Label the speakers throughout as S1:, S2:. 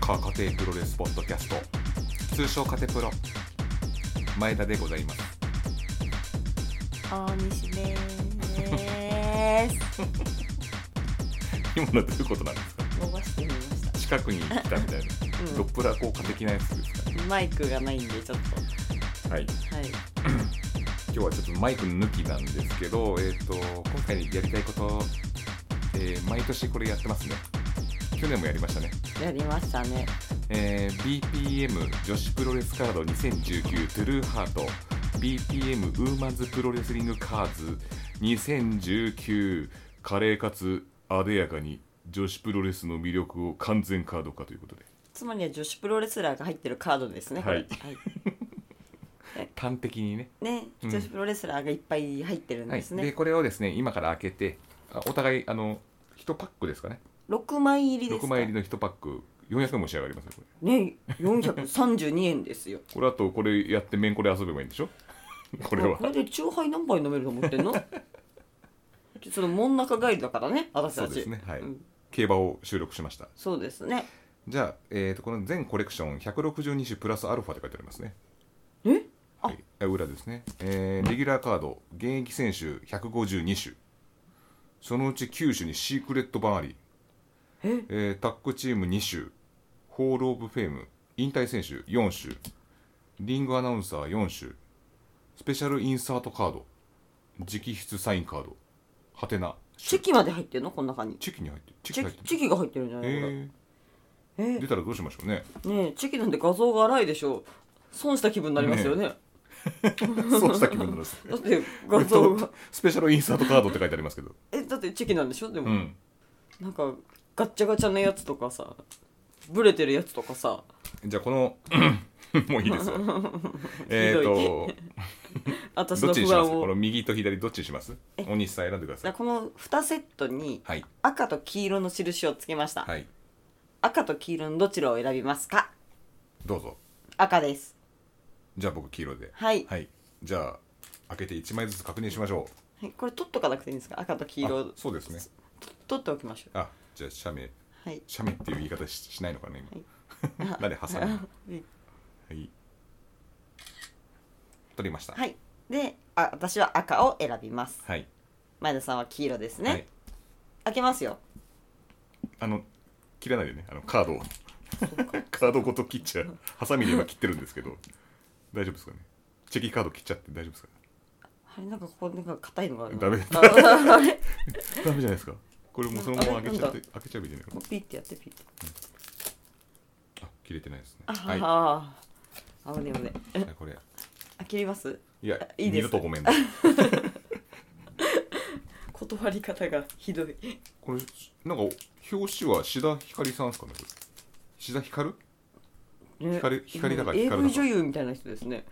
S1: カー家庭プロレスポッドキャスト通称カテプロ前田でございます
S2: 大西でーす
S1: 今のはどういうことなんですか
S2: 伸ばしてみまし
S1: 近くに来たみた いな、
S2: た、
S1: ドップラー効果的なやつですかね
S2: うん、マイクがないんでちょっ
S1: はい
S2: とはい
S1: 今日はちょっとマイク抜きなんですけどえっ、と今回やりたいこと、えー毎年これやってますね去年もやりましたね
S2: やりましたね
S1: えー BPM 女子プロレスカード2019トゥルーハート BPM ウーマンズプロレスリングカーズ2019華麗かつあでやかに女子プロレスの魅力を完全カード化ということで
S2: つまりは女子プロレスラーが入ってるカードですねこれ
S1: はい
S2: はい、
S1: 端的にね
S2: ね
S1: うん
S2: 女子プロレスラーがいっぱい入ってるん
S1: はい、
S2: ですね、
S1: でこれをですね今から開けてあお互いあの1パックですかね
S2: 6枚入りです
S1: 6
S2: か
S1: 枚入りの1パック400円も仕上がりますよこれ
S2: ね432円ですよ
S1: これあとこれやって面これ遊べばいいんでしょ これは
S2: これでチューハイ何杯飲めると思ってんの その真ん中帰りだからね私た
S1: そ
S2: ち
S1: うですねはい、
S2: うん
S1: 競馬を収録しました
S2: そうですね
S1: じゃあ、えー、とこの全コレクション162種プラスアルファって書いてありますね。
S2: えあ
S1: はい、あ裏ですね、えーレギュラーカード現役選手152種そのうち9種にシークレット版あり
S2: え
S1: えータッグチーム2種ホール・オブ・フェーム引退選手4種リングアナウンサー4種スペシャルインサートカード直筆サインカードはてな
S2: チェキまで入ってるのこの中に
S1: チェキに入ってるチェキ
S2: チェ
S1: 入っ
S2: キ
S1: てる
S2: チェキが入ってるんじゃないのこれ
S1: え
S2: え
S1: ー出たらどうしましょうね
S2: ねえチェキなんて画像が荒いでしょ損した気分になりますよね
S1: そうした気分です
S2: だって画像が
S1: スペシャルインサートカードって書いてありますけど。
S2: えだってチェキなんでしょでも、
S1: うん。
S2: なんかガッチャガチャのやつとかさブレてるやつとかさ
S1: じゃあこの、 もうい いですわ。えっと、
S2: 私
S1: どっ
S2: の
S1: ち
S2: 不
S1: にしま
S2: 安
S1: すこの
S2: を
S1: 右と左どっちにします
S2: え
S1: お西さん選んでくだ
S2: じ
S1: さ
S2: ゃあ
S1: い。
S2: この2セットに
S1: はい。
S2: 赤と黄色の印をつけました、
S1: はい。
S2: 赤と黄色のどちらを選びますか
S1: どうぞ。
S2: 赤です
S1: じゃあ僕黄色で。
S2: はい、
S1: はい。じゃあ、開けて1枚ずつ確認しましょう。
S2: はいこれ取っとかなくていいんですか赤と黄色
S1: あそうですね。
S2: 取っておきましょ
S1: あ、じゃあ写メ、
S2: うはい
S1: 写メっていう言い方ししないのかな、今。
S2: は
S1: なんで挟むの
S2: うん
S1: はい。取りまし た。
S2: はいであ私は赤を選びます
S1: はい。
S2: 前田さんは黄色ですね、
S1: はい。
S2: 開けますよ
S1: あの、切らないでね、あの、カードを。カードごと切っちゃう。ハサミで今切ってるんですけど、大丈夫ですかね。チェキカード切っちゃって大丈夫ですか、
S2: あれなんかここなんか硬いのがあるな
S1: ダメだ
S2: あああ れ
S1: ダメじゃないですか。これもうそのまま開けちゃって
S2: なん、
S1: 開けちゃえばいいんじゃない
S2: も
S1: か
S2: うピッてやってピッて
S1: な。あ、切れてないですね。
S2: あ
S1: はい。じ
S2: ああ危ね危ねえ
S1: ゃあこれ。
S2: あ切ります
S1: いや、
S2: いいです
S1: 二度とごめんね。
S2: 断り方がひどい
S1: これ、なんか、表紙は志田ひかりさんですかね、これ。志田ひかる光光だから
S2: うん
S1: 光だから
S2: AV 女優みたいな人ですね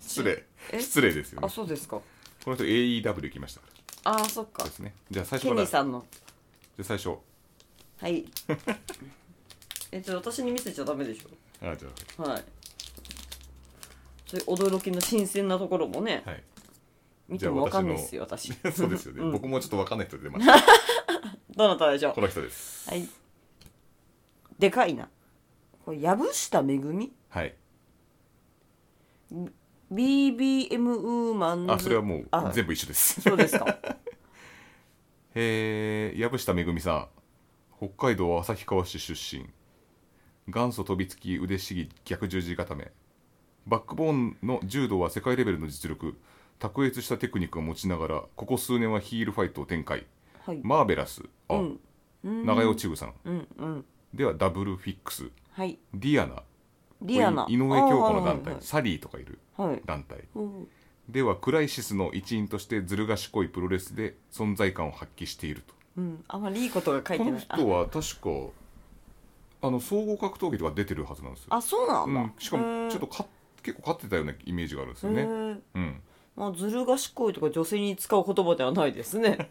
S1: 失礼。
S2: え
S1: 失礼ですよ
S2: あ
S1: ね。
S2: そうですか
S1: この人 AEW 行きましたから。
S2: あーそっか
S1: そうですね。じゃあ最初
S2: ケ
S1: か
S2: ニ
S1: ら、
S2: ー
S1: じゃ
S2: さんの
S1: あ最初。
S2: はい えちょっと私に見せちゃダメでし
S1: あ、じゃ
S2: ょはいそういう驚きの新鮮なところもね
S1: あ、はい。
S2: 見てもわかんないですよ私
S1: そうですよね。
S2: うん
S1: 僕もちょっとわかんない人出 ました。
S2: どなたでしょう
S1: この人です。
S2: はい。でかいな。これ、藪下めぐみ
S1: はい。
S2: ?BBM ウーマンズ。
S1: あ、それはも
S2: あ
S1: う全部一 緒です。
S2: そう ですか。
S1: えー、藪下めぐみさん北海道旭川市出身元祖飛びつき腕しぎ逆十字固めバックボーンの柔道は世界レベルの実力卓越したテクニックを持ちながらここ数年はヒールファイトを展開
S2: はい。
S1: マーベラスあ、
S2: うん。
S1: 長与千ぐさん
S2: うんうん。
S1: ではダブルフィックス
S2: はい。
S1: ディアナ
S2: リアナ。
S1: これ井上京子の団体
S2: あー
S1: サリーとかいる
S2: はいはいはい。
S1: 団体
S2: うん
S1: ではクライシスの一員としてずる賢いプロレスで存在感を発揮していると
S2: うん。あまりいいことが書い
S1: こ
S2: て
S1: の
S2: ない。あ
S1: 人は確かあの総合格闘技とか出てるはずなんですよ、
S2: あ、そうなん
S1: うん
S2: だ。、
S1: しかもちょっとか結構勝ってたようなイメージがあるんですよね、
S2: ね。
S1: うん、
S2: まあ、ずる賢いとか女性に使う言葉ではないですね。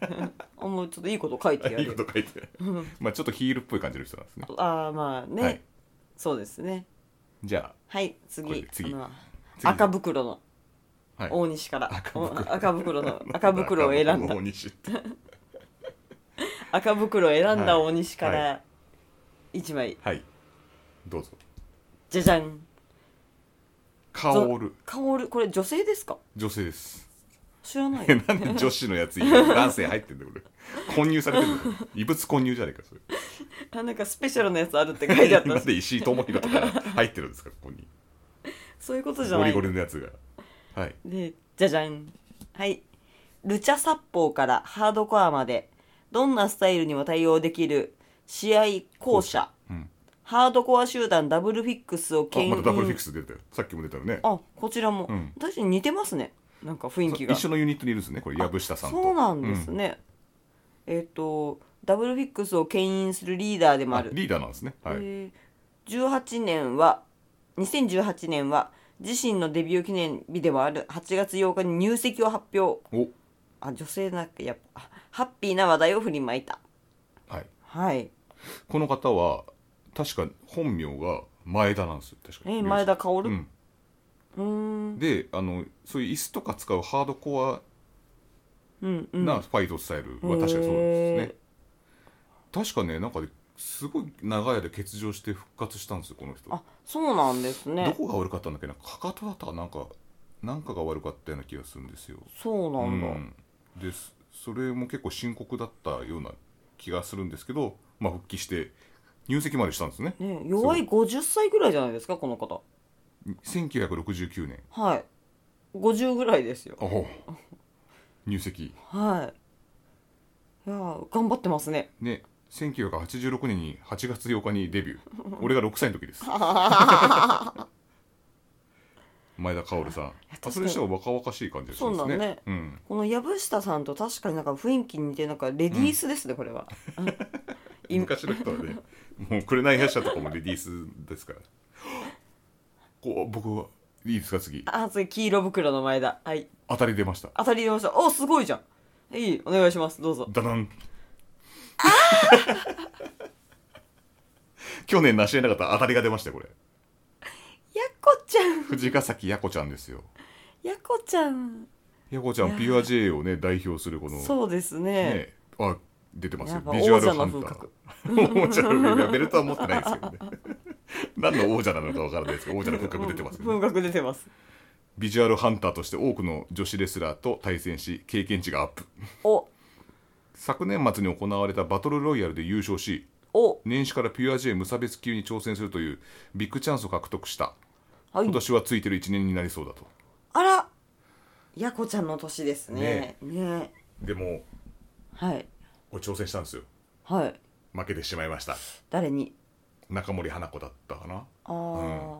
S2: あんまりちょっといいこと書いてや
S1: いい
S2: る
S1: こ。と書いてあるまあちょっとヒールっぽい感じの人なんですね
S2: ああ、まあ
S1: は
S2: ね
S1: い。
S2: そうですね。
S1: じゃ
S2: はい、
S1: これ
S2: 次。
S1: 次
S2: あの
S1: 次
S2: 赤袋の。
S1: あ、はい、
S2: 大西から
S1: 赤
S2: お
S1: 袋
S2: 赤袋の赤袋を選んだ
S1: 大西って
S2: 赤袋を選んだ
S1: はい
S2: 大西か
S1: は
S2: ら1枚
S1: はいどうぞ
S2: じゃじゃん
S1: 薫
S2: 薫これ女性ですか
S1: 女性です
S2: 知らない
S1: えなんで女子のやついる の男性入ってんだよこれ混入されてるの異物混入じゃないかそれ
S2: あなんかスペシャルなやつあるって書いてあった
S1: なんで石井智弘とか入ってるんですかここに
S2: そういうことじゃ
S1: ゴ
S2: な
S1: リ
S2: い
S1: ゴリのやつがはい
S2: でじゃじゃんはいルチャ殺法からハードコアまでどんなスタイルにも対応できる試合校舎、
S1: うん
S2: ハードコア集団ダブルフィックスを
S1: あ
S2: 牽引
S1: またダブルフィックス出たよさっきも出たよね
S2: あこちらも、
S1: うん
S2: 確かに似てますねなんか雰囲気が
S1: 一緒のユニットにいるんですねこれ藪下さんと
S2: そうなんです
S1: う
S2: ね、えっ、とダブルフィックスを牽引するリーダーでもあ
S1: あ
S2: る
S1: リーダーなんですねはい
S2: えー18年は2018年は自身のデビュー記念日でもある8月8日に入籍を発表
S1: お
S2: あ女性なんかやっぱあハッピーな話題を振りまいた
S1: はい
S2: はい
S1: この方は確か本名が前田なんですよ確か
S2: え前田薫
S1: うん
S2: うん
S1: であのそういう椅子とか使うハードコ
S2: うんう
S1: ア
S2: ん
S1: なファイトスタイルは確かにそうですね、
S2: へ
S1: 確かねなんかすごい長い間欠場して復活したんですよこの人、
S2: あそうなんです
S1: ど
S2: ね
S1: こが悪かったんだっけなかかとだったかなんかなんかが悪かったような気がするんですよ
S2: そうなんだ、
S1: うんですそれも結構深刻だったような気がするんですけど、まあ、復帰して入籍までしたんですね
S2: ね、弱い50歳ぐらいじゃないですかこの方
S1: 1969年
S2: はい50ぐらいですよ
S1: おお入籍
S2: はいいやー頑張ってますね
S1: ね1986年に8月8日にデビュー俺が6歳の時です前田薫さ
S2: 確
S1: ん
S2: か
S1: あ
S2: に
S1: それにしては若々しい感じがしますね
S2: そうだね
S1: うん、
S2: この藪下さんと確かになんか雰囲気似てなんかレディースですね、これは今
S1: 昔の人はねもう「紅覇者」とかもレディースですからこう僕はいいですか次
S2: あ次黄色袋の前だはい
S1: 当たり出ました
S2: 当たり出ましたおすごいじゃんいいお願いしますどうぞ
S1: ダダン 去年成し得なかった当たりが出ましたよこれ
S2: やこちゃん
S1: 藤ヶ崎やこちゃんですよ
S2: やこちゃん
S1: やこちゃ
S2: いや
S1: んピュア J をね代表するこの
S2: そうですね
S1: ねあ出てます
S2: や
S1: よ
S2: っぱ
S1: ビジュア
S2: 王
S1: ル
S2: 者
S1: ハ
S2: の
S1: ンタ
S2: 風
S1: ー
S2: 格
S1: 王者の風格いやベルトは持ってないですけ どね何の王者なのかわからないですけど王者の風格出てますよね
S2: 風格出てます
S1: ビジュアルハンターとして多くの女子レスラーと対戦し経験値がアップ
S2: お
S1: 昨年末に行われたバトルロイヤルで優勝し
S2: お
S1: 年始からピュア J 無差別級に挑戦するというビッグチャンスを獲得し
S2: は
S1: た
S2: い
S1: 今年はついてる1年になりそうだと
S2: あらやこちゃんの年ですねね
S1: でも
S2: はい
S1: これ挑戦したんですよ
S2: はい
S1: 負けてしまいました
S2: 誰に
S1: 中森花子だったかな
S2: あー、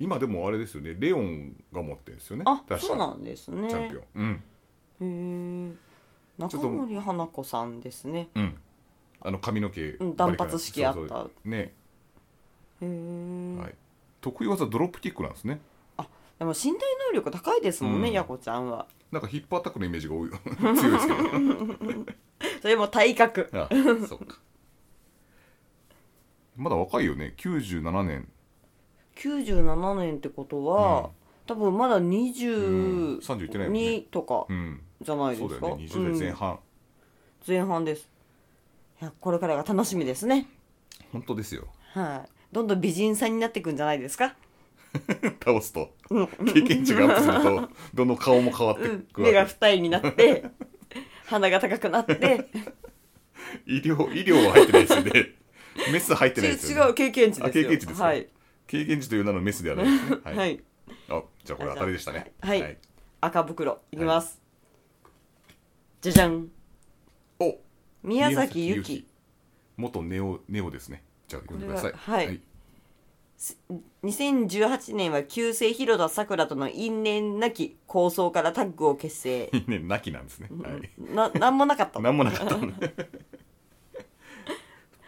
S1: 今でもあれですよねレオンが持ってるんですよね
S2: あ
S1: 確か
S2: そうなんですね
S1: チャンピオンうん
S2: へえ中森花子さんですね
S1: うんあの髪の毛
S2: うん断髪式あった
S1: バリカンそうそうね、
S2: へえ、
S1: はい、得意技ドロップキックなんですね
S2: でも身体能力高いですもんね、
S1: うん
S2: やこちゃんは
S1: なんかヒップアタックのイメージが多い 強いですけど
S2: それも体格
S1: あそうかまだ若いよね97年
S2: 97年ってこと
S1: うん
S2: は、多分まだ
S1: うん30いってないもんね
S2: 22とか
S1: うん
S2: じゃない
S1: そ
S2: で
S1: うだ
S2: す
S1: よ
S2: か、
S1: ね20代前半、
S2: うん前半ですいやこれからが楽しみですね
S1: 本当ですよ
S2: はいどんどん美人さんになっていくんじゃないですか、
S1: 倒すと経験値がアップするとどの顔も変わって
S2: うん、
S1: くわ
S2: 目
S1: け
S2: が
S1: です、
S2: 二重になって鼻が高くな って
S1: 医療医療は入ってないですよね メス入って
S2: ち
S1: ないですよね
S2: 違う経験値ですよ
S1: あ経験値ですか
S2: はい、
S1: 経験値という名のメスではないですね。は。
S2: はいい
S1: あ、じゃあこれ当たりでしたね。
S2: はい赤袋いきます、じゃじゃん
S1: お、
S2: 宮崎ゆき。
S1: 元ネオネオですね。じゃあ読んでください。
S2: これははい2018年は旧姓広田さくらとの因縁なき構想からタッグを結成
S1: ね、なきなんですね。はい。
S2: ななんもなかった
S1: なんもなかっ たのね。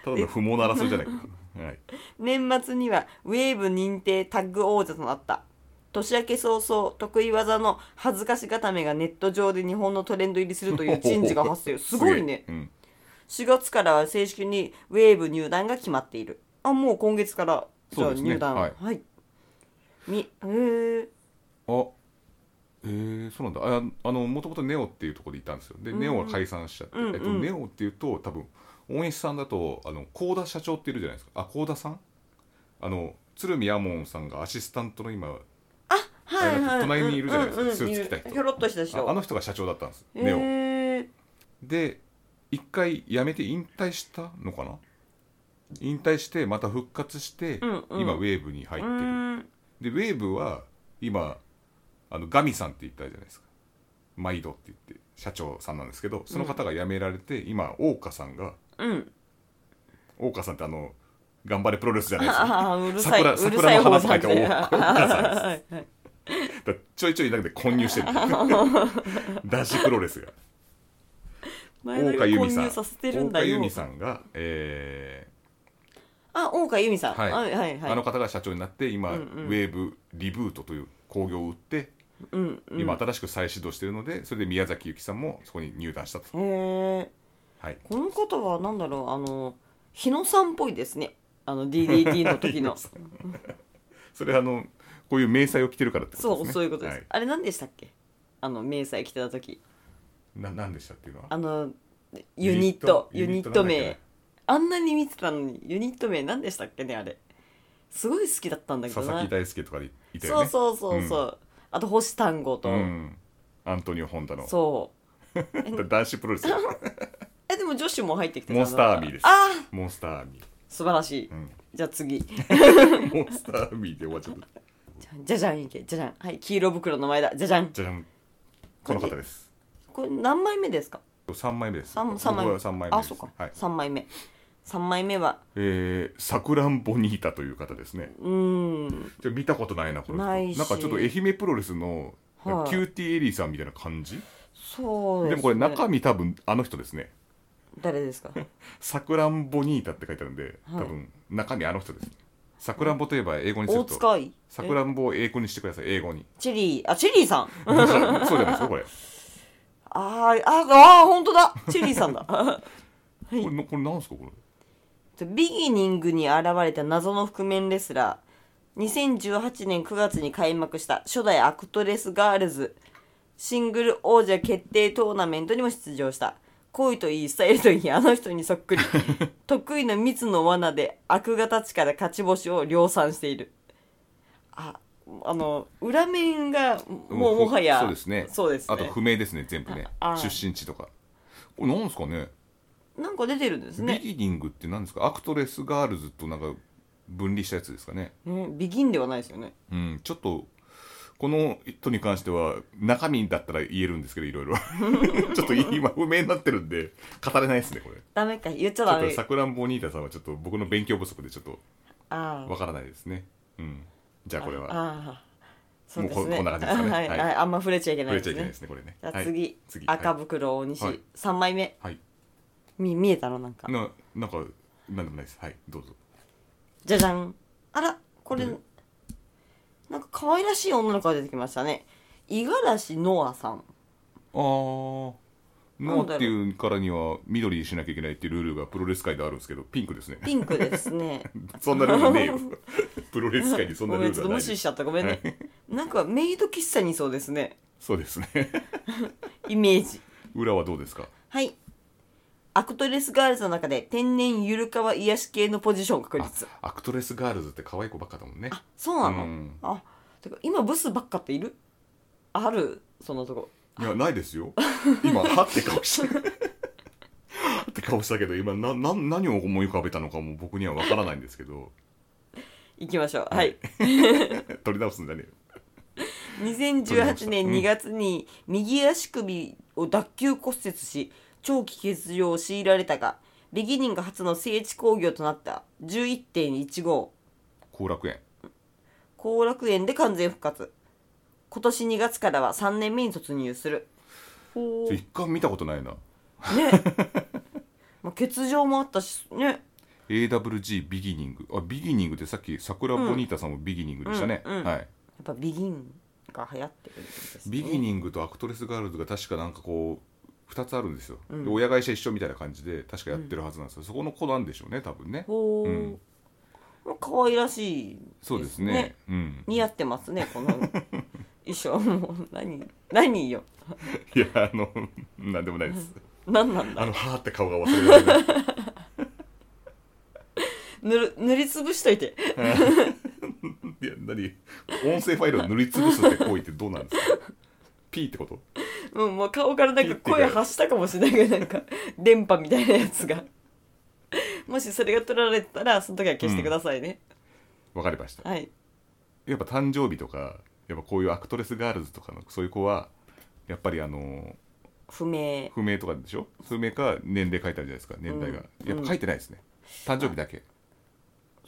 S1: ただの不毛な争いじゃないか。はい。
S2: 年末にはウェーブ認定タッグ王者となった年明け早々得意技の恥ずかし固めがネット上で日本のトレンド入りするという珍事が発生 すごいね
S1: すげえ。うん。
S2: 4月からは正式にウェーブ入団が決まっているあもう今月からじゃ
S1: そ
S2: あ
S1: うですね
S2: 入団
S1: はい
S2: はい、みへえ
S1: あ、えー、そうなんだ。あ、あの元々ネオっていうところでいたんですよ。で、ネオは解散しちゃって、
S2: うんうん
S1: えっとネオっていうと多分大西さんだとあの高田社長っているじゃないですか。あ、高田さん。あの鶴見亞門さんがアシスタントの今
S2: はいはい
S1: 隣にいるじゃないですか
S2: うんうん
S1: スーツ着た人
S2: ひょろっとした人
S1: ああの人が社長だったんです、
S2: え
S1: ネオ
S2: ー、
S1: で一回辞めて引退したのかな引退してまた復活して、
S2: うんうん
S1: 今ウェーブに入っ
S2: う
S1: てる、
S2: ーん
S1: でウェーブは今あのガミさんって言ったじゃないですか毎度って言って社長さんなんですけどその方が辞められて、今大岡さんが
S2: うん
S1: 大岡さんってあの頑張れプロレスじゃないですか
S2: ああうるさいう
S1: 桜
S2: るさい
S1: 桜の花
S2: 方
S1: 咲いた
S2: なんで
S1: 大岡
S2: はいはい
S1: だからちょいちょいだけで混入し てる男子プロレスが
S2: 前
S1: 大
S2: の
S1: 岡
S2: 日
S1: 由
S2: 混
S1: 美さん
S2: 入させてるんだ
S1: 大岡
S2: よ
S1: 由美さんが、え
S2: あ大岡由美さん
S1: はい
S2: はいはい
S1: ー
S2: はい
S1: あの方が社長になって今、
S2: うんうん
S1: ウェーブリブートという興行を売って
S2: うんうん
S1: 今新しく再始動してるので、それで宮崎由紀さんもそこに入団したと、
S2: へえ
S1: はい、
S2: この方はなんだろうあの日野さんっぽいですねあの DDT の時の
S1: それはあのこういう迷彩を着てるからってこと
S2: そ
S1: です
S2: う
S1: ね
S2: そういうことです、
S1: はい、
S2: あれ何でしたっけあの迷彩着てた時
S1: ななんでしたっていうのは
S2: あのユニットユニット
S1: なんだっ
S2: 名あんなに見てたのにユニット名何でしたっけねあれすごい好きだったんだ
S1: けな
S2: けど
S1: 佐
S2: な
S1: 々木大輔とかでいたよ
S2: そう
S1: ね
S2: そうそうそう、あと星単語と、
S1: ん、アントニオ・ホンダの
S2: そう
S1: 男子プロレス
S2: えでも女子も入ってきてた
S1: モンスターアーミーです
S2: あー
S1: モンスターアー ミー
S2: 素晴らしい、
S1: ん
S2: じゃあ次
S1: モンスターアーミーで終わっちゃった
S2: じゃじゃんいけじゃじゃんはい黄色袋の前だじゃじゃん
S1: じゃじゃんこの方です
S2: これ何枚目ですか
S1: 三枚目です
S2: 三三枚
S1: 僕
S2: 目
S1: は三枚目
S2: あ
S1: です
S2: そうか、
S1: はい
S2: 三枚目三枚目は
S1: えー、サクランボニータという方ですね
S2: うーん
S1: ちょ見たことないなこの人
S2: ないし
S1: んかちょっと愛媛プロレスの
S2: はい
S1: キューティーエリーさんみたいな感じ、
S2: そうです、ね、
S1: でもこれ中身多分あの人ですね
S2: 誰です か
S1: サクランボニータって書いてあるんで多
S2: はい
S1: 分中身あの人ですねサクランボといえば英語にす
S2: 大
S1: ると
S2: 塚い
S1: サクランボを英語にしてください英語に
S2: チェリーあチェリーさん
S1: そうじゃないですかこれ
S2: あーああー本当だチェリーさんだ
S1: これのこれなんですかこれ
S2: ビギニングに現れた謎の覆面レスラー2018年9月に開幕した初代アクトレスガールズシングル王者決定トーナメントにも出場した恋といいスタイルといいあの人にそっく り得意の密の罠で悪がたちから勝ち星を量産しているああの裏面がもうもはや
S1: そうですね
S2: そうですね
S1: あと不明ですね全部ね
S2: ああ
S1: 出身地とかこれなんですかね
S2: なんか出てるんですね
S1: ビギニングって何ですかアクトレスガールズとなんか分離したやつですかね
S2: ねビギンではないですよね
S1: うんちょっとこの人に関しては中身だったら言えるんですけどいろい ろちょっと今不明になってるんで語れないですねこれち
S2: ダメか言っちゃ
S1: ょ
S2: ダ
S1: っ
S2: メ
S1: とさくらんぼニータさんはちょっと僕の勉強不足でちょっと
S2: あー
S1: わからないですねうんじゃあこれは
S2: ああそうです
S1: もうこ
S2: ね
S1: こんな感じですか ね
S2: はい
S1: はい
S2: はいあんま触れちゃいけな
S1: 触
S2: いです
S1: れちゃいけない
S2: ね
S1: ですねこれね
S2: じゃ
S1: は
S2: あ
S1: い
S2: 次
S1: 次
S2: 赤
S1: はい
S2: 袋大西、
S1: はい
S2: 3枚目
S1: はい
S2: み見えたのなんか
S1: ななんかなんでもないですはいどうぞ
S2: じゃじゃんあらこれ
S1: うん
S2: なんか可愛らしい女の子が出てきましたね五十嵐ノアさん
S1: あー
S2: なん
S1: ノ
S2: だろう
S1: アっていうからには緑にしなきゃいけないっていうルールがプロレス界であるんですけどピンクですね
S2: ピンクです ね
S1: そんなルールね えよプロレス界にそんな
S2: ごめ
S1: ル
S2: ん
S1: ー
S2: ちょ
S1: ル
S2: っと
S1: はな
S2: 無
S1: い
S2: 視しちゃったごめんね、なんかメイド喫茶にいそうですね
S1: そうですね
S2: イメージ
S1: 裏はどうですか
S2: はいアクトレスガールズの中で天然ゆるかわ癒し系のポジション確
S1: あ
S2: 率
S1: アクトレスガールズって可愛い子ばっかだもんね
S2: あそうなの、
S1: うん
S2: あてか今ブスばっかっているあるそのとこ
S1: いやないですよ今はって顔してはって顔したけど今なな何を思い浮かべたのかも僕には分からないんですけど
S2: 行きましょうはい
S1: 取り直すんじゃねえよ
S2: 2018年2月に右足首を脱臼骨折し長期欠場を強いられたがビギニング初の聖地興行となった11.15
S1: 後楽園
S2: 後楽園で完全復活今年2月からは3年目に突入するほ
S1: 一回見たことないな
S2: うね まあ欠場もあったしね
S1: AWG ビギニングあビギニングってさっき桜ボニータさんもビギニングでしたね、
S2: うんうん
S1: はい
S2: やっぱビギンが流行ってるんですね
S1: ビギニングとアクトレスガールズが確かなんかこう2つあるんですよ、
S2: ん
S1: で親会社一緒みたいな感じで確かやってるはずなんですよ、そこの子なんでしょうね多分ね
S2: ほう、
S1: うん
S2: まあ可愛らしい
S1: そうですねうん
S2: 似合ってますねこの 衣装もう何何よ
S1: いやあのなんでもないです
S2: 何なんだ
S1: あのはーって顔が忘れられない
S2: 塗る塗りつぶしといて
S1: いや何音声ファイルを塗りつぶすって行為ってどうなんですか P ってこと
S2: もうもう顔からなんか
S1: ピッ
S2: 声
S1: てか
S2: 発したかもしれないけどなんか電波みたいなやつがもしそれが取られたらその時は消してくださいね、
S1: わかりました
S2: はい
S1: やっぱ誕生日とかやっぱこういうアクトレスガールズとかのそういう子はやっぱりあの
S2: 不明
S1: 不明とかでしょ不明か年齢書いてあるじゃないですか年代が、
S2: うん
S1: やっぱ書いてないですね誕生日だけ、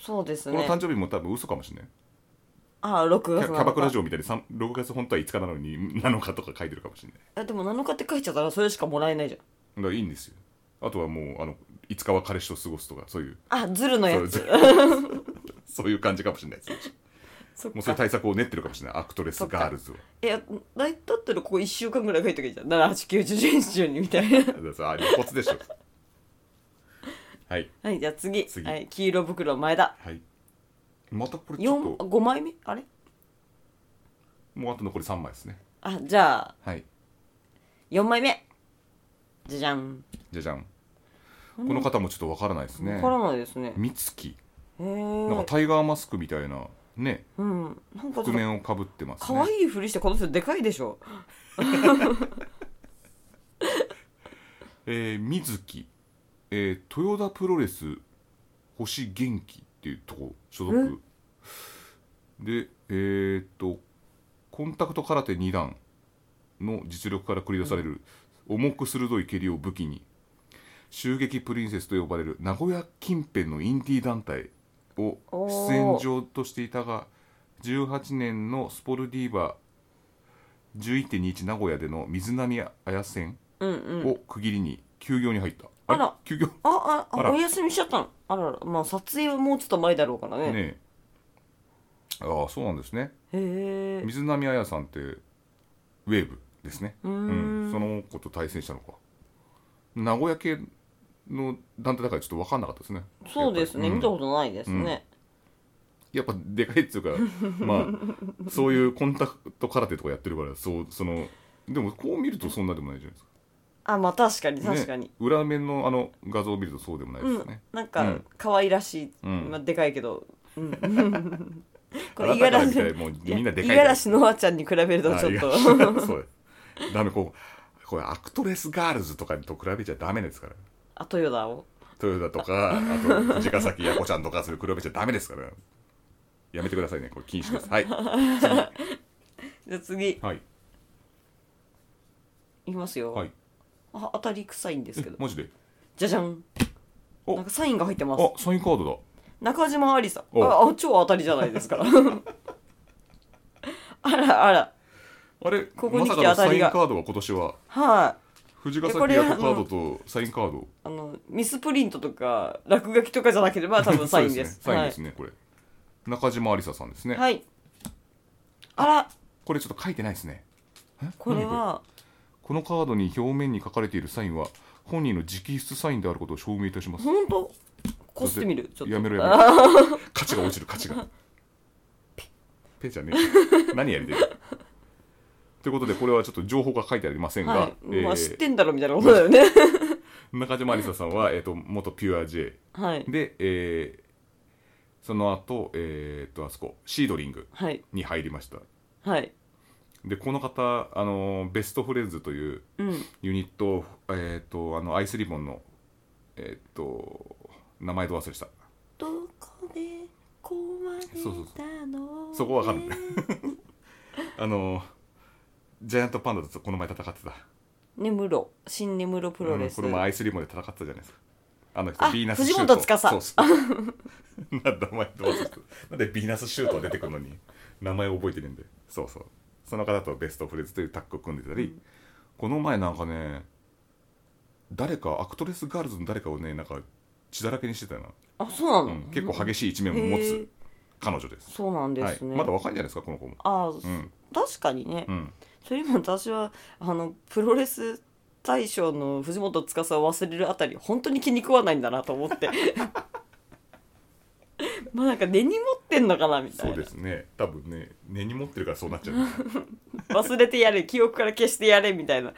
S2: そうです
S1: この
S2: ね
S1: 誕生日も多分嘘かもしれない
S2: ああ6
S1: キャ
S2: 月
S1: キャバクラ
S2: 7日
S1: 嬢みたいにさん6月本当は5日なのに7日とか書いてるかもしれない
S2: あでも7日って書いちゃったらそれしかもらえないじゃん
S1: だからいいんですよあとはもうあの5日は彼氏と過ごすとかそういう
S2: あズルのやつ
S1: そう そういう感じかもしれないです
S2: そっ
S1: もうそう
S2: か
S1: いう対策を練ってるかもしれないアクトレスガールズを
S2: いやだいたったらここ1週間ぐらい書いとけばいいじゃん789101112みたいな
S1: だからさあ露骨でしょはい
S2: はいじゃあ次
S1: 次
S2: はい、黄色袋前田
S1: はいまたこれちょっと
S2: 5枚目あれ
S1: もうあと残り3枚ですね
S2: あじゃあ
S1: はい
S2: 4枚目じゃじゃん
S1: じゃじゃんこの方もちょっとわからないですね
S2: わからないですね
S1: 美月
S2: へ
S1: なんか
S2: え
S1: タイガーマスクみたいなね
S2: うんなんかちょ
S1: 覆
S2: っと
S1: 面をかぶってます
S2: 可
S1: ね
S2: 愛いふりしてこの人でかいでしょ
S1: えー、水木、えー、豊田プロレス星元気っていうとこ所属でえーっとコンタクト空手2段の実力から繰り出される重く鋭い蹴りを武器に襲撃プリンセスと呼ばれる名古屋近辺のインディー団体を
S2: おー
S1: 出演場としていたが18年のスポルディーバ11.21名古屋での水波綾戦
S2: うんうん
S1: を区切りに休業に入った、
S2: あら
S1: れ休業ね
S2: ああ
S1: あ
S2: あ
S1: ら
S2: お休みしちゃったのあららまあ撮影はもうちょっと前だろうからね
S1: えああそうなんですね
S2: へえ
S1: 水波彩さんってウェーブですね
S2: うーん
S1: その子と対戦したのか名古屋系の団体だからちょっと分かんなかったですね
S2: そうですね、
S1: やっぱりうん
S2: 見たことないですね、
S1: やっぱでかいっつうか まあそういうコンタクト空手とかやってるからそうそのでもこう見るとそんなでもないじゃないですか
S2: あまあ確かに
S1: ね
S2: 確かに、
S1: 裏面のあの画像を見るとそうでもないで
S2: う
S1: すよ
S2: ん
S1: ね、
S2: なん
S1: う
S2: か
S1: ん
S2: 可愛らしい、
S1: うん
S2: まあ、でかいけど、うん こ
S1: あ
S2: れ
S1: な
S2: 五
S1: た
S2: 十
S1: か
S2: 嵐
S1: ら見たらもうみんなでかい
S2: 五
S1: か
S2: 十
S1: ら
S2: 嵐のあちゃんに比べるとちょっと
S1: あ いやそうダメこうこれアクトレスガールズとかと比べちゃダメですから
S2: あとよだを
S1: 豊田とかあと藤ヶ崎やこちゃんとかそれ比べちゃダメですからやめてくださいねこれ禁止ですはい
S2: じゃあ次
S1: はい
S2: いきますよ、
S1: はい
S2: あ当たり臭いんですけど
S1: マジで
S2: じゃじゃん
S1: お
S2: なんかサインが入ってま
S1: あ
S2: す
S1: サインカードだ
S2: 中島ありさん
S1: お
S2: ああ超当たりじゃないですから あらあら
S1: あれ
S2: ここに来て
S1: まさかの
S2: 当た
S1: サイ
S2: り
S1: ン
S2: が
S1: カードは今年は
S2: はい、
S1: 藤ヶ
S2: いやこ
S1: 崎
S2: れは
S1: やこカードとサインカード
S2: あのミスプリントとか落書きとかじゃなければ多分サインです
S1: そうねサインですね、これ中島ありささんですね、
S2: はい、はい、あら
S1: これちょっと書いてないですねえ
S2: これ
S1: 何
S2: は
S1: このカードに表面に書かれているサインは本人の直筆サインであることを証明いたします
S2: 本当こすってみるちょっと
S1: やめろや
S2: あ
S1: め ろ価値が落ちる価値がペじゃねえよ何やりてるということでこれはちょっと情報が書いてありませんが、
S2: はい、
S1: えー
S2: まあ知ってんだろみたいなことだよ ね
S1: 中島ありささんは、えー、と元ピュア J
S2: はい
S1: で、えーその後、えー、とあそこシードリング
S2: はい
S1: に入りました
S2: はい
S1: でこの方、あのーベストフレンズという
S2: うん
S1: ユニットを、えー、とあのアイスリボンの、えー、と名前ど忘れした
S2: どこで壊れ
S1: そうそう
S2: たの
S1: そこわかんないあのジャイアントパンダとこの前戦ってた
S2: 根室新根室プロレ
S1: うん
S2: ス、
S1: この前アイスリボンで戦ってたじゃないですかあの人
S2: あ
S1: ビーナス
S2: 藤
S1: シュー
S2: 本
S1: ト
S2: 司
S1: そうそう なんだ名前どうするなんでビーナスシュート出てくるのに名前覚えてるんでそうそうその方とベストフレーズというタッグを組んでたり、この前なんかね誰かアクトレスガールズの誰かをねなんか血だらけにしてたな、
S2: あそうな
S1: う
S2: の、
S1: ん、結構激しい一面を持
S2: へ
S1: つ
S2: ー
S1: 彼女です
S2: そうなんですね、
S1: はい、まだ若いんじゃないですかこの子も
S2: あ、
S1: ん
S2: 確かにね、
S1: うん
S2: それも私はあのプロレス大賞の藤本司を忘れるあたり本当に気に食わないんだなと思って まあなんか根に持ってんのかなみた
S1: そ
S2: いうな
S1: ですね多分ね根に持ってるからそうなっちゃうんですよ
S2: 忘れてやれ記憶から消してやれみたいな、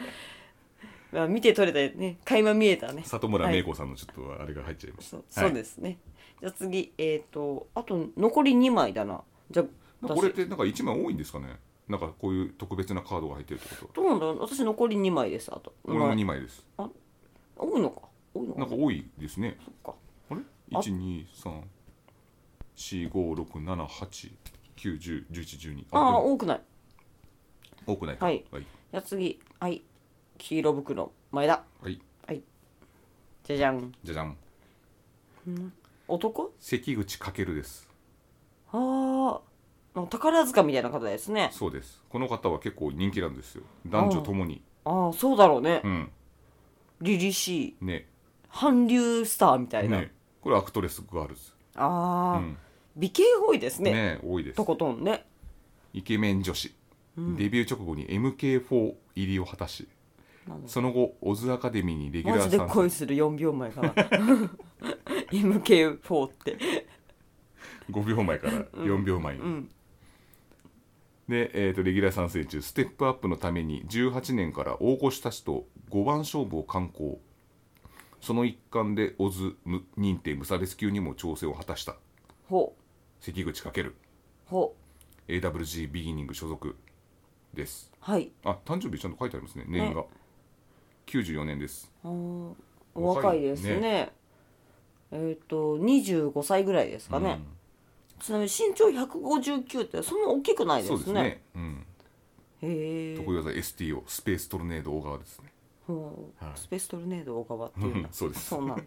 S2: まあ、見て取れたね垣間見えたね
S1: 里村芽衣子さんのちょっとあれが入っちゃいました、
S2: そう
S1: はい
S2: そうですね、じゃあ次えっ、とあと残り2枚だなじゃあ
S1: なんかこれってなんか1枚多いんですかねなんかこういう特別なカードが入ってるってことは
S2: どうなんだろう私残り2枚ですあと
S1: 俺も2枚です
S2: 多いのか多いのか
S1: なんか多いですね
S2: そっか
S1: あれ
S2: あ
S1: ?123456789101112
S2: ああ
S1: あでも
S2: 多くない
S1: 多くないか
S2: はい
S1: はい
S2: じゃあ次はい黄色袋前田
S1: はい
S2: じゃじゃん
S1: じゃじゃん
S2: 男
S1: 関口かけるです
S2: ああ宝塚みたいな方ですね
S1: そうですこの方は結構人気なんですよ男女ともに
S2: ああそうだろうね
S1: うん
S2: 凛々しい
S1: ね
S2: 韓流スターみたいな、
S1: ねこれアクトレスガールズ
S2: ああ、
S1: うん
S2: 美形多いですね
S1: ね多いです
S2: とことんね
S1: イケメン女子デビュー直後に MK4 入りを果たし
S2: なんだ
S1: その後オズアカデミーにレギュ
S2: マ
S1: ラ
S2: ジで
S1: ー参
S2: 恋する4秒前から MK4 って
S1: 戦5秒前から4秒前に、
S2: ん
S1: で、えー、とレギュラー参戦中ステップアップのために18年から大越たちと5番勝負を敢行その一環でオズむ認定無差別級にも挑戦を果たした
S2: ほ
S1: 関口かける
S2: うほ
S1: AWG ビギニング所属です
S2: うはい
S1: あ誕生日ちゃんと書いてありますね年が、94年です
S2: あーお
S1: 若
S2: 若
S1: い
S2: い
S1: ね
S2: ですねえっ、と25歳ぐらいですかね、ちなみに身長159ってそんな大きくないです
S1: そ
S2: ね
S1: うですね、うん、
S2: へえ
S1: 得意技 STO スペーストルネード小川ですね
S2: ほう
S1: はい
S2: スペーストルネード小川っていうんだ
S1: そうです
S2: そうなんだ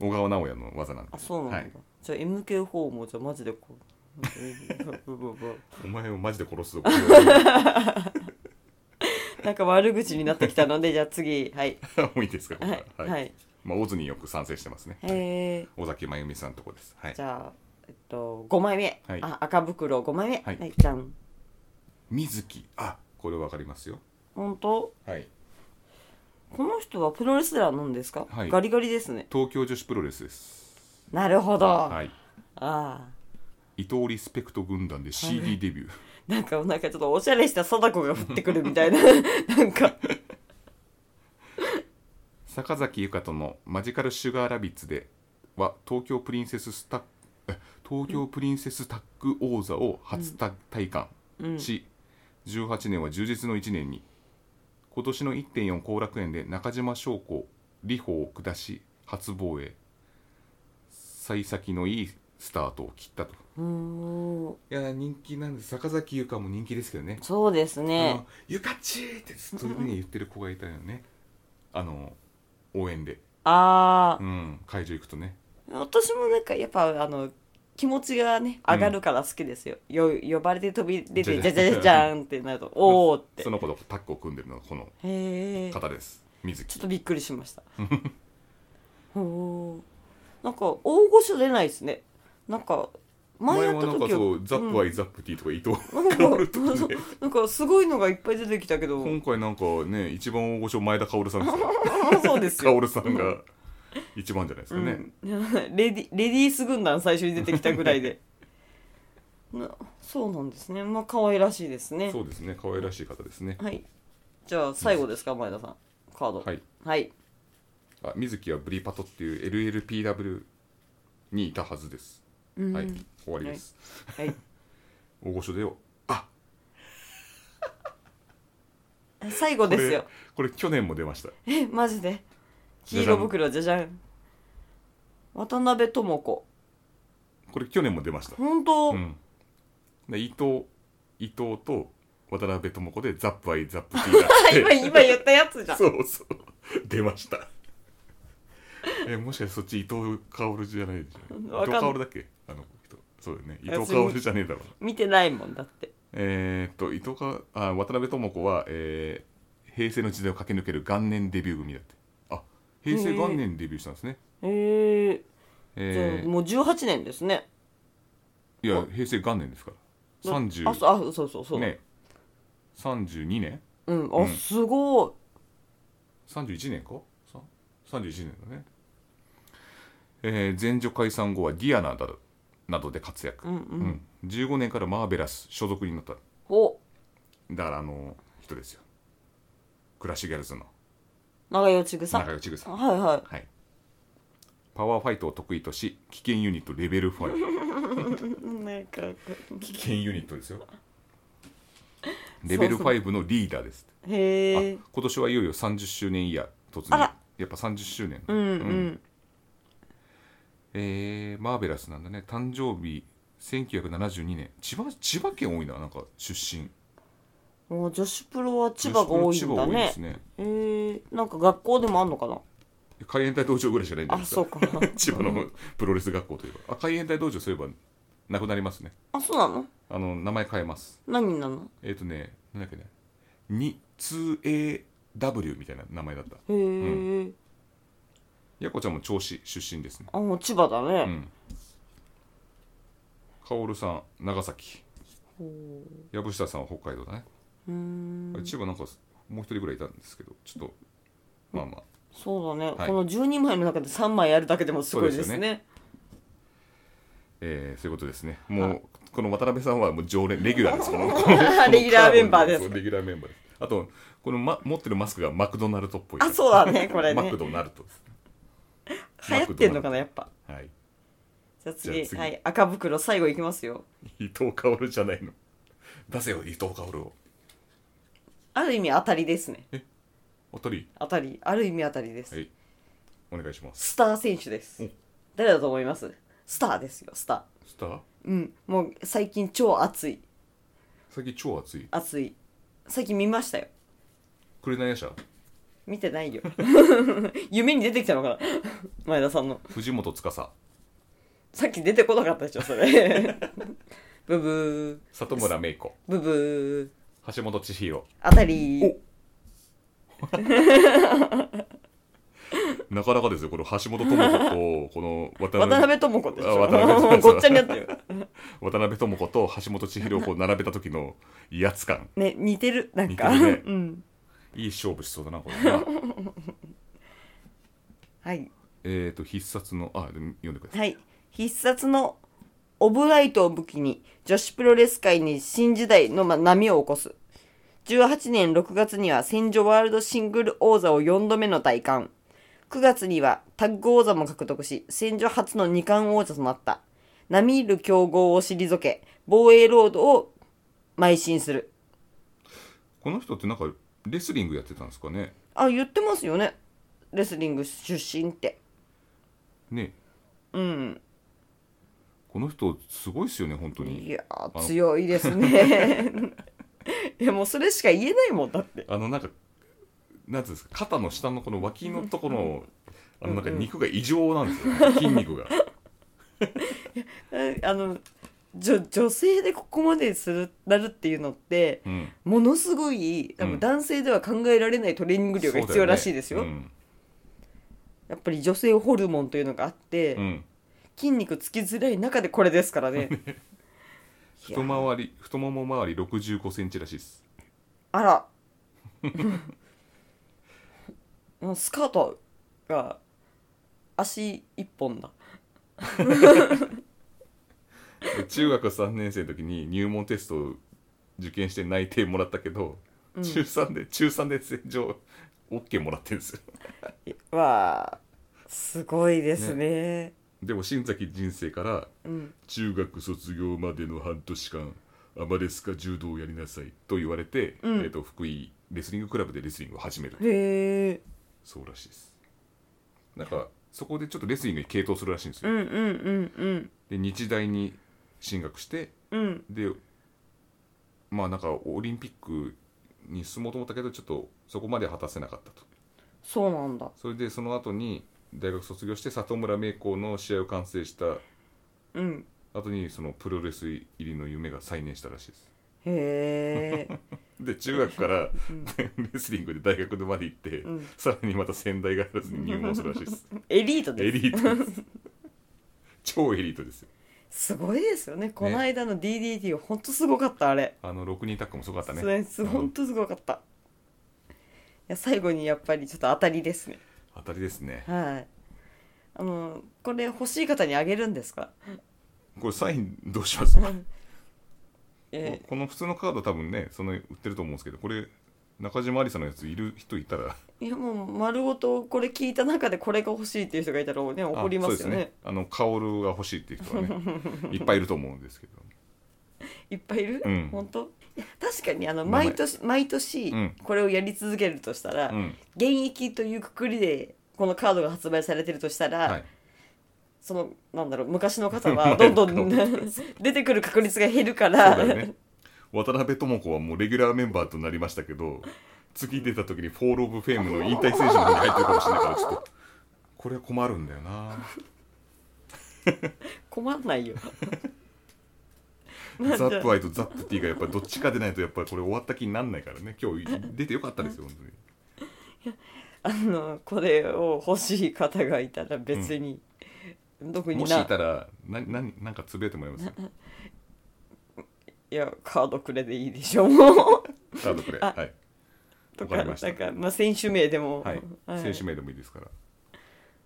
S1: 小川直也の技なんで
S2: あそうなんだ、
S1: はい、
S2: じゃあ MK4 もじゃあマジで こうブブブ
S1: お前をマジで殺すぞこれは
S2: なんか悪口になってきたのでじゃあ次はい
S1: もういいですかここ
S2: は
S1: はいは
S2: はい、
S1: いまあ、大津によく参戦してますね
S2: えー、
S1: 尾崎真由美さんのとこですはい
S2: じゃあえっと5枚目、
S1: はい
S2: あ赤袋5枚目
S1: はい
S2: はい、じゃん
S1: 水木あこれわかりますよ
S2: 本当
S1: はい
S2: この人はプロレスラーなんですか、
S1: はい
S2: ガリガリですね
S1: 東京女子プロレスです
S2: なるほど、
S1: はい
S2: ああ
S1: 伊藤リスペクト軍団で CD デビュー、
S2: なんかなんかちょっとおしゃれした貞子が降ってくるみたい ななんか
S1: 坂崎由香とのマジカルシュガーラビッツでは東京プリンセススタッえ東京プリンセスタッグ王座を初た体感し、18年は充実の1年に今年の1.4後楽園で中島翔子李鵬を下し初防衛幸先のいいスタートを切ったと
S2: うーん
S1: いや人気なんです坂崎由香も人気ですけどね
S2: そうです
S1: あ
S2: ね
S1: のゆかっちーってずっとね言ってる子がいたよねあの応援で
S2: ああ、
S1: うん会場行くとね
S2: 私もなんかやっぱあの気持ちがね上がるから好きですよ、よ呼ばれて飛び出て
S1: じ
S2: じ
S1: ゃ
S2: ゃ
S1: じ
S2: じ
S1: ゃ
S2: ゃ
S1: じゃ
S2: じゃじゃーんってなるとおおって
S1: その子とタッグを組んでるのがこの
S2: へえ
S1: 方です水
S2: ちょ
S1: 木
S2: っとびっくりしま した。ほう。なんか大御所出ないですね。なんか前や
S1: 前
S2: った
S1: はなんか
S2: 時
S1: そ
S2: は
S1: うザップアイザップティーとか伊藤
S2: なんか
S1: 薫と
S2: そ
S1: か
S2: う
S1: ね
S2: なんかすごいのがいっぱい出てきたけど、
S1: 今回なんかね一番大御所前田薫さんですよ
S2: そうですよ。
S1: 薫さんが一番じゃないですかね
S2: うんレディレディース軍団最初に出てきたぐらい で。なそうなんですね。まあ可愛らしいですね。
S1: そうですね可愛らしい方ですね
S2: はい。じゃあ最後ですか前田さん。カード。
S1: はい。
S2: はい。
S1: あ水木はブリパトっていう LLPW にいたはずです
S2: うん
S1: はい終わりです
S2: はい。
S1: 大御所でよあ
S2: 最後
S1: これ
S2: ですよ。
S1: これ去年も出ました
S2: え マジで黄
S1: じゃじゃん
S2: 色袋じゃじゃん渡辺智子
S1: これ去年も出ました
S2: 本当、
S1: うん、で伊藤伊藤と渡辺智子でザップアイザップティーがあっ て
S2: 今今言ったやつじゃん
S1: そうそう出ましたえもしかしてそっち伊藤薫じゃないじゃん伊
S2: わかん
S1: 藤薫だっけあの人そうだよね伊藤薫じゃねえだろ
S2: 見てないもんだって
S1: えー、っと伊藤かあ渡辺智子は、えー平成の時代を駆け抜ける元年デビュー組だってあ平成元年デビューしたんですね
S2: へえ
S1: え
S2: もう18年ですね
S1: ーいや平成元年ですから
S2: あ
S1: 30
S2: そうあそうそうそう、
S1: ね32年
S2: うんあ、
S1: うん
S2: すごい
S1: 31年かさ31年だね、えー、前女解散後はディアナだなどで活躍、
S2: うんうん、
S1: うん15年からマーベラス所属になった
S2: お
S1: だからあの人ですよクラッシュギャルズの
S2: 長与千草
S1: 中内ぐさん
S2: はいはい
S1: はいパワーファイトを得意とし危険ユニットレベル5
S2: なんか
S1: 危険ユニットですよレベル5のリーダーです
S2: へえ
S1: あ今年はいよいよ30周年イヤー突
S2: あ
S1: 入
S2: ら
S1: やっぱ30周年、
S2: うんうん
S1: えーマーベラスなんだね誕生日1972年千葉千葉県多いななんか出身
S2: もう女子プロは千葉が多いん
S1: 千葉
S2: だ
S1: 多いで
S2: ね
S1: すね
S2: えー、なんか学校でもあんのかな
S1: 海援隊道場ぐらいしかないんじゃない
S2: あ
S1: です
S2: そ
S1: か
S2: うか
S1: 千葉のプロレス学校といえばあ海援隊道場そういえばなくなりますね
S2: あそうなの
S1: あの名前変えます
S2: 何なの
S1: えっ、とねなんだっけねに 2AW みたいな名前だった
S2: へえ、
S1: やこちゃんも銚子出身ですね
S2: あもう千葉だ
S1: う
S2: ね、
S1: ん薫さん長崎藪下さんは北海道だね
S2: うーん、
S1: 千葉なんかもう一人ぐらいいたんですけどちょっとまあまあ
S2: そうだね、
S1: はい
S2: この12枚の中で3枚やるだけでもすごいです
S1: そう
S2: ね
S1: ですえーそういうことですねもうこの渡辺さんはもう常連レギュラー ですこのこの
S2: レギュラーメンバーです
S1: そうレギュラーメンバーですあとこの、ま、持ってるマスクがマクドナルドっぽい
S2: あそうだねこれ
S1: マ
S2: ね
S1: クドナルドです
S2: 流行ってんのかなやっぱ
S1: はい
S2: じゃあ
S1: じゃあ
S2: 次
S1: 次
S2: はい、赤袋最後いきますよ
S1: 伊藤薫じゃないの出せよ伊藤薫を
S2: ある意味当たりですね
S1: おとり
S2: 当たりある意味当たりです、
S1: はいお願いします
S2: スター選手です
S1: お
S2: 誰だと思いますスターですよスター
S1: スター
S2: うんもう最近超熱い
S1: 最近超熱い
S2: 熱い最近見ましたよ
S1: 紅夜叉
S2: 見て ないよ夢に出てきたのかな 前田さんの
S1: 藤本司
S2: さっき出てこなかったでしょそれ ブブ
S1: 里村芽衣子
S2: ーブブ
S1: 橋本千尋
S2: ー当たり
S1: なかなかですよこの橋本智子とこの渡
S2: 渡
S1: 辺
S2: 辺智子でしょ
S1: あ渡辺智子
S2: ごっちゃになってる
S1: 渡辺智子と橋本千尋をこう並べた時の威圧感
S2: ね似てるなんか、
S1: 似てるね
S2: うん
S1: いい勝負しそうだなこれな
S2: はい
S1: えっと必殺のあでも読んでください
S2: はい必殺のオブライトを武器に女子プロレス界に新時代のま波を起こす18年6月には戦場ワールドシングル王座を4度目の戴冠9月にはタッグ王座も獲得し戦場初の2冠王者となった並みいる強豪を退け防衛ロードを邁進する
S1: この人ってなんかレスリングやってたんですかね
S2: あ言ってますよねレスリング出身って
S1: ね
S2: うん
S1: この人すごいですよね本当
S2: い
S1: に
S2: やー
S1: の
S2: 強いです ねいやもうそれしか言えないもんだって
S1: あのなんかなんていうんですか肩の下のこの脇のところのあのなんか肉が異常なんですよ、 ね、筋肉が
S2: えあの女女性でここまでするなるっていうのって
S1: うん
S2: ものすごい多
S1: うん
S2: 分男性では考えられないトレーニング量が必要らしいですよ、
S1: そうだね
S2: やっぱり女性ホルモンというのがあって、
S1: うんうん
S2: 筋肉つきづらい中でこれですからね
S1: 太回り太もも周り6 5センチらしいです
S2: あら もうスカートが足一本だ
S1: 中学3年生の時に入門テストを受験して内定もらったけど、中3で中3で戦場 OK もらってるんですよ
S2: わあすごいですね
S1: でも新崎人生から
S2: うん、
S1: 中学卒業までの半年間アマレスか柔道をやりなさいと言われて、
S2: うん
S1: えー、と福井レスリングクラブでレスリングを始める
S2: へえ
S1: そうらしいですなんかそこでちょっとレスリングに傾倒するらしいんです
S2: う
S1: よ、
S2: んうんうん
S1: で日大に進学して
S2: うんうん
S1: でまあなんかオリンピックに進もうと思ったけどちょっとそこまで果たせなかったと
S2: そうなんだ
S1: それでその後に大学卒業して里村明子の試合を完成した
S2: うん
S1: 後にそのプロレス入りの夢が再燃したらしいです
S2: へ え
S1: で中学から レスリングで大学まで行って、
S2: うん
S1: さらにまた仙台ガールズに入門するらしいです
S2: エリート
S1: エ
S2: で
S1: リートです超エリートですよ
S2: すすごいですよねこの間の DDT はほんとすごかったあれ、
S1: あの6人タッグもすごかったね
S2: ね、すほんとすごかったいや最後にやっぱりちょっと当たりですね
S1: 当たりですね
S2: はいあのこれ欲しい方にあげるんです か
S1: これサインどうします
S2: え
S1: この普通のカード多分ねその売ってると思うんですけどこれ中島ありさのやついる人いたら
S2: いやもう丸ごとこれ聞いた中でこれが欲しいっていう人がいたらね 怒りますよね
S1: あそうですねあの薫が欲しいっていう人が ねいっぱいいると思うんですけど
S2: いっぱいいる、
S1: うん
S2: 本当いや確かにあの
S1: 名前
S2: 毎年毎年
S1: うん
S2: これをやり続けるとしたら、
S1: うん
S2: 現役というくくりでこのカードが発売されてるとしたら、
S1: はい
S2: そのなんだろう昔の方 はどんどん 出てくる確率が減るか
S1: そ
S2: ら
S1: うだよね渡辺智子はもうレギュラーメンバーとなりましたけど次出た時にフォール・オブ・フェームの引退選手の方に入ってるかもしれないからちょっとこれは困るんだよな
S2: 困らないよ
S1: ザップアイとザップティがやっぱりどっちかでないとやっぱりこれ終わった気になんないからね今日出てよかったですよ本当に
S2: あのこれを欲しい方がいたら別に、特に
S1: もし
S2: ない
S1: たらな何なんかつぶやいてもらいます
S2: いやカードくれでいいでし ょもう
S1: カードくれ
S2: あ
S1: はい
S2: と
S1: わか
S2: か
S1: りました
S2: なんか、まあ、選手名でも、
S1: はい、
S2: はい
S1: 選手名でもいいですから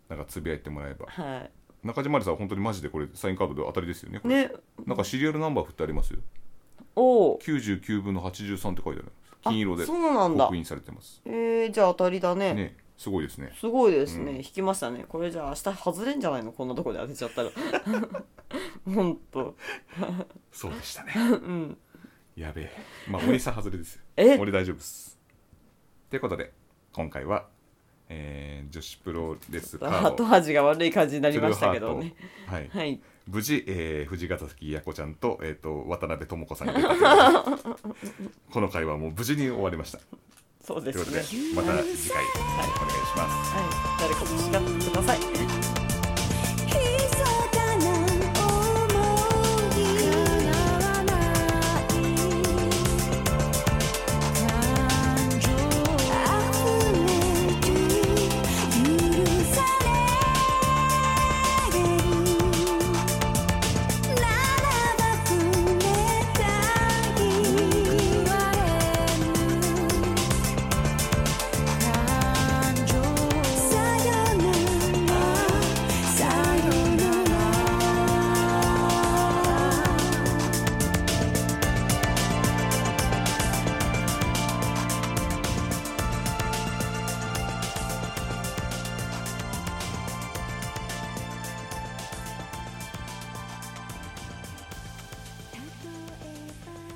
S1: なんかつぶやいてもらえば
S2: は
S1: 中島ありさんは本当にマジでこれサインカードで当たりですよねこ
S2: い、
S1: れ
S2: ね
S1: なんかシリアルナンバー振ってありますよ
S2: おう
S1: 99分の83って書いてある金色で
S2: あそうなんだ
S1: 刻印されてます
S2: えー、じゃあ当たりだね
S1: ねすごいですね
S2: すごいですね、
S1: うん
S2: 引きましたねこれじゃあ明日外れんじゃないのこんなとこで当てちゃったら ほんと
S1: そうでしたね
S2: うん
S1: やべえまあお兄さん外れですよ
S2: え
S1: 俺大丈夫ですということで今回は、えー女子プロレスカード
S2: 後味が悪い感じになり
S1: トゥル
S2: ま
S1: ー
S2: した
S1: ハ
S2: け
S1: ー
S2: ど
S1: ト
S2: ね
S1: はい、
S2: はい
S1: 無事、えー藤ヶ崎やこちゃんと,、えー、と渡辺智子さんが出たということでこの会話もう無事に終わりました
S2: そうで
S1: ということ
S2: す
S1: で
S2: ね
S1: また次回お願いします
S2: はい誰かもしかください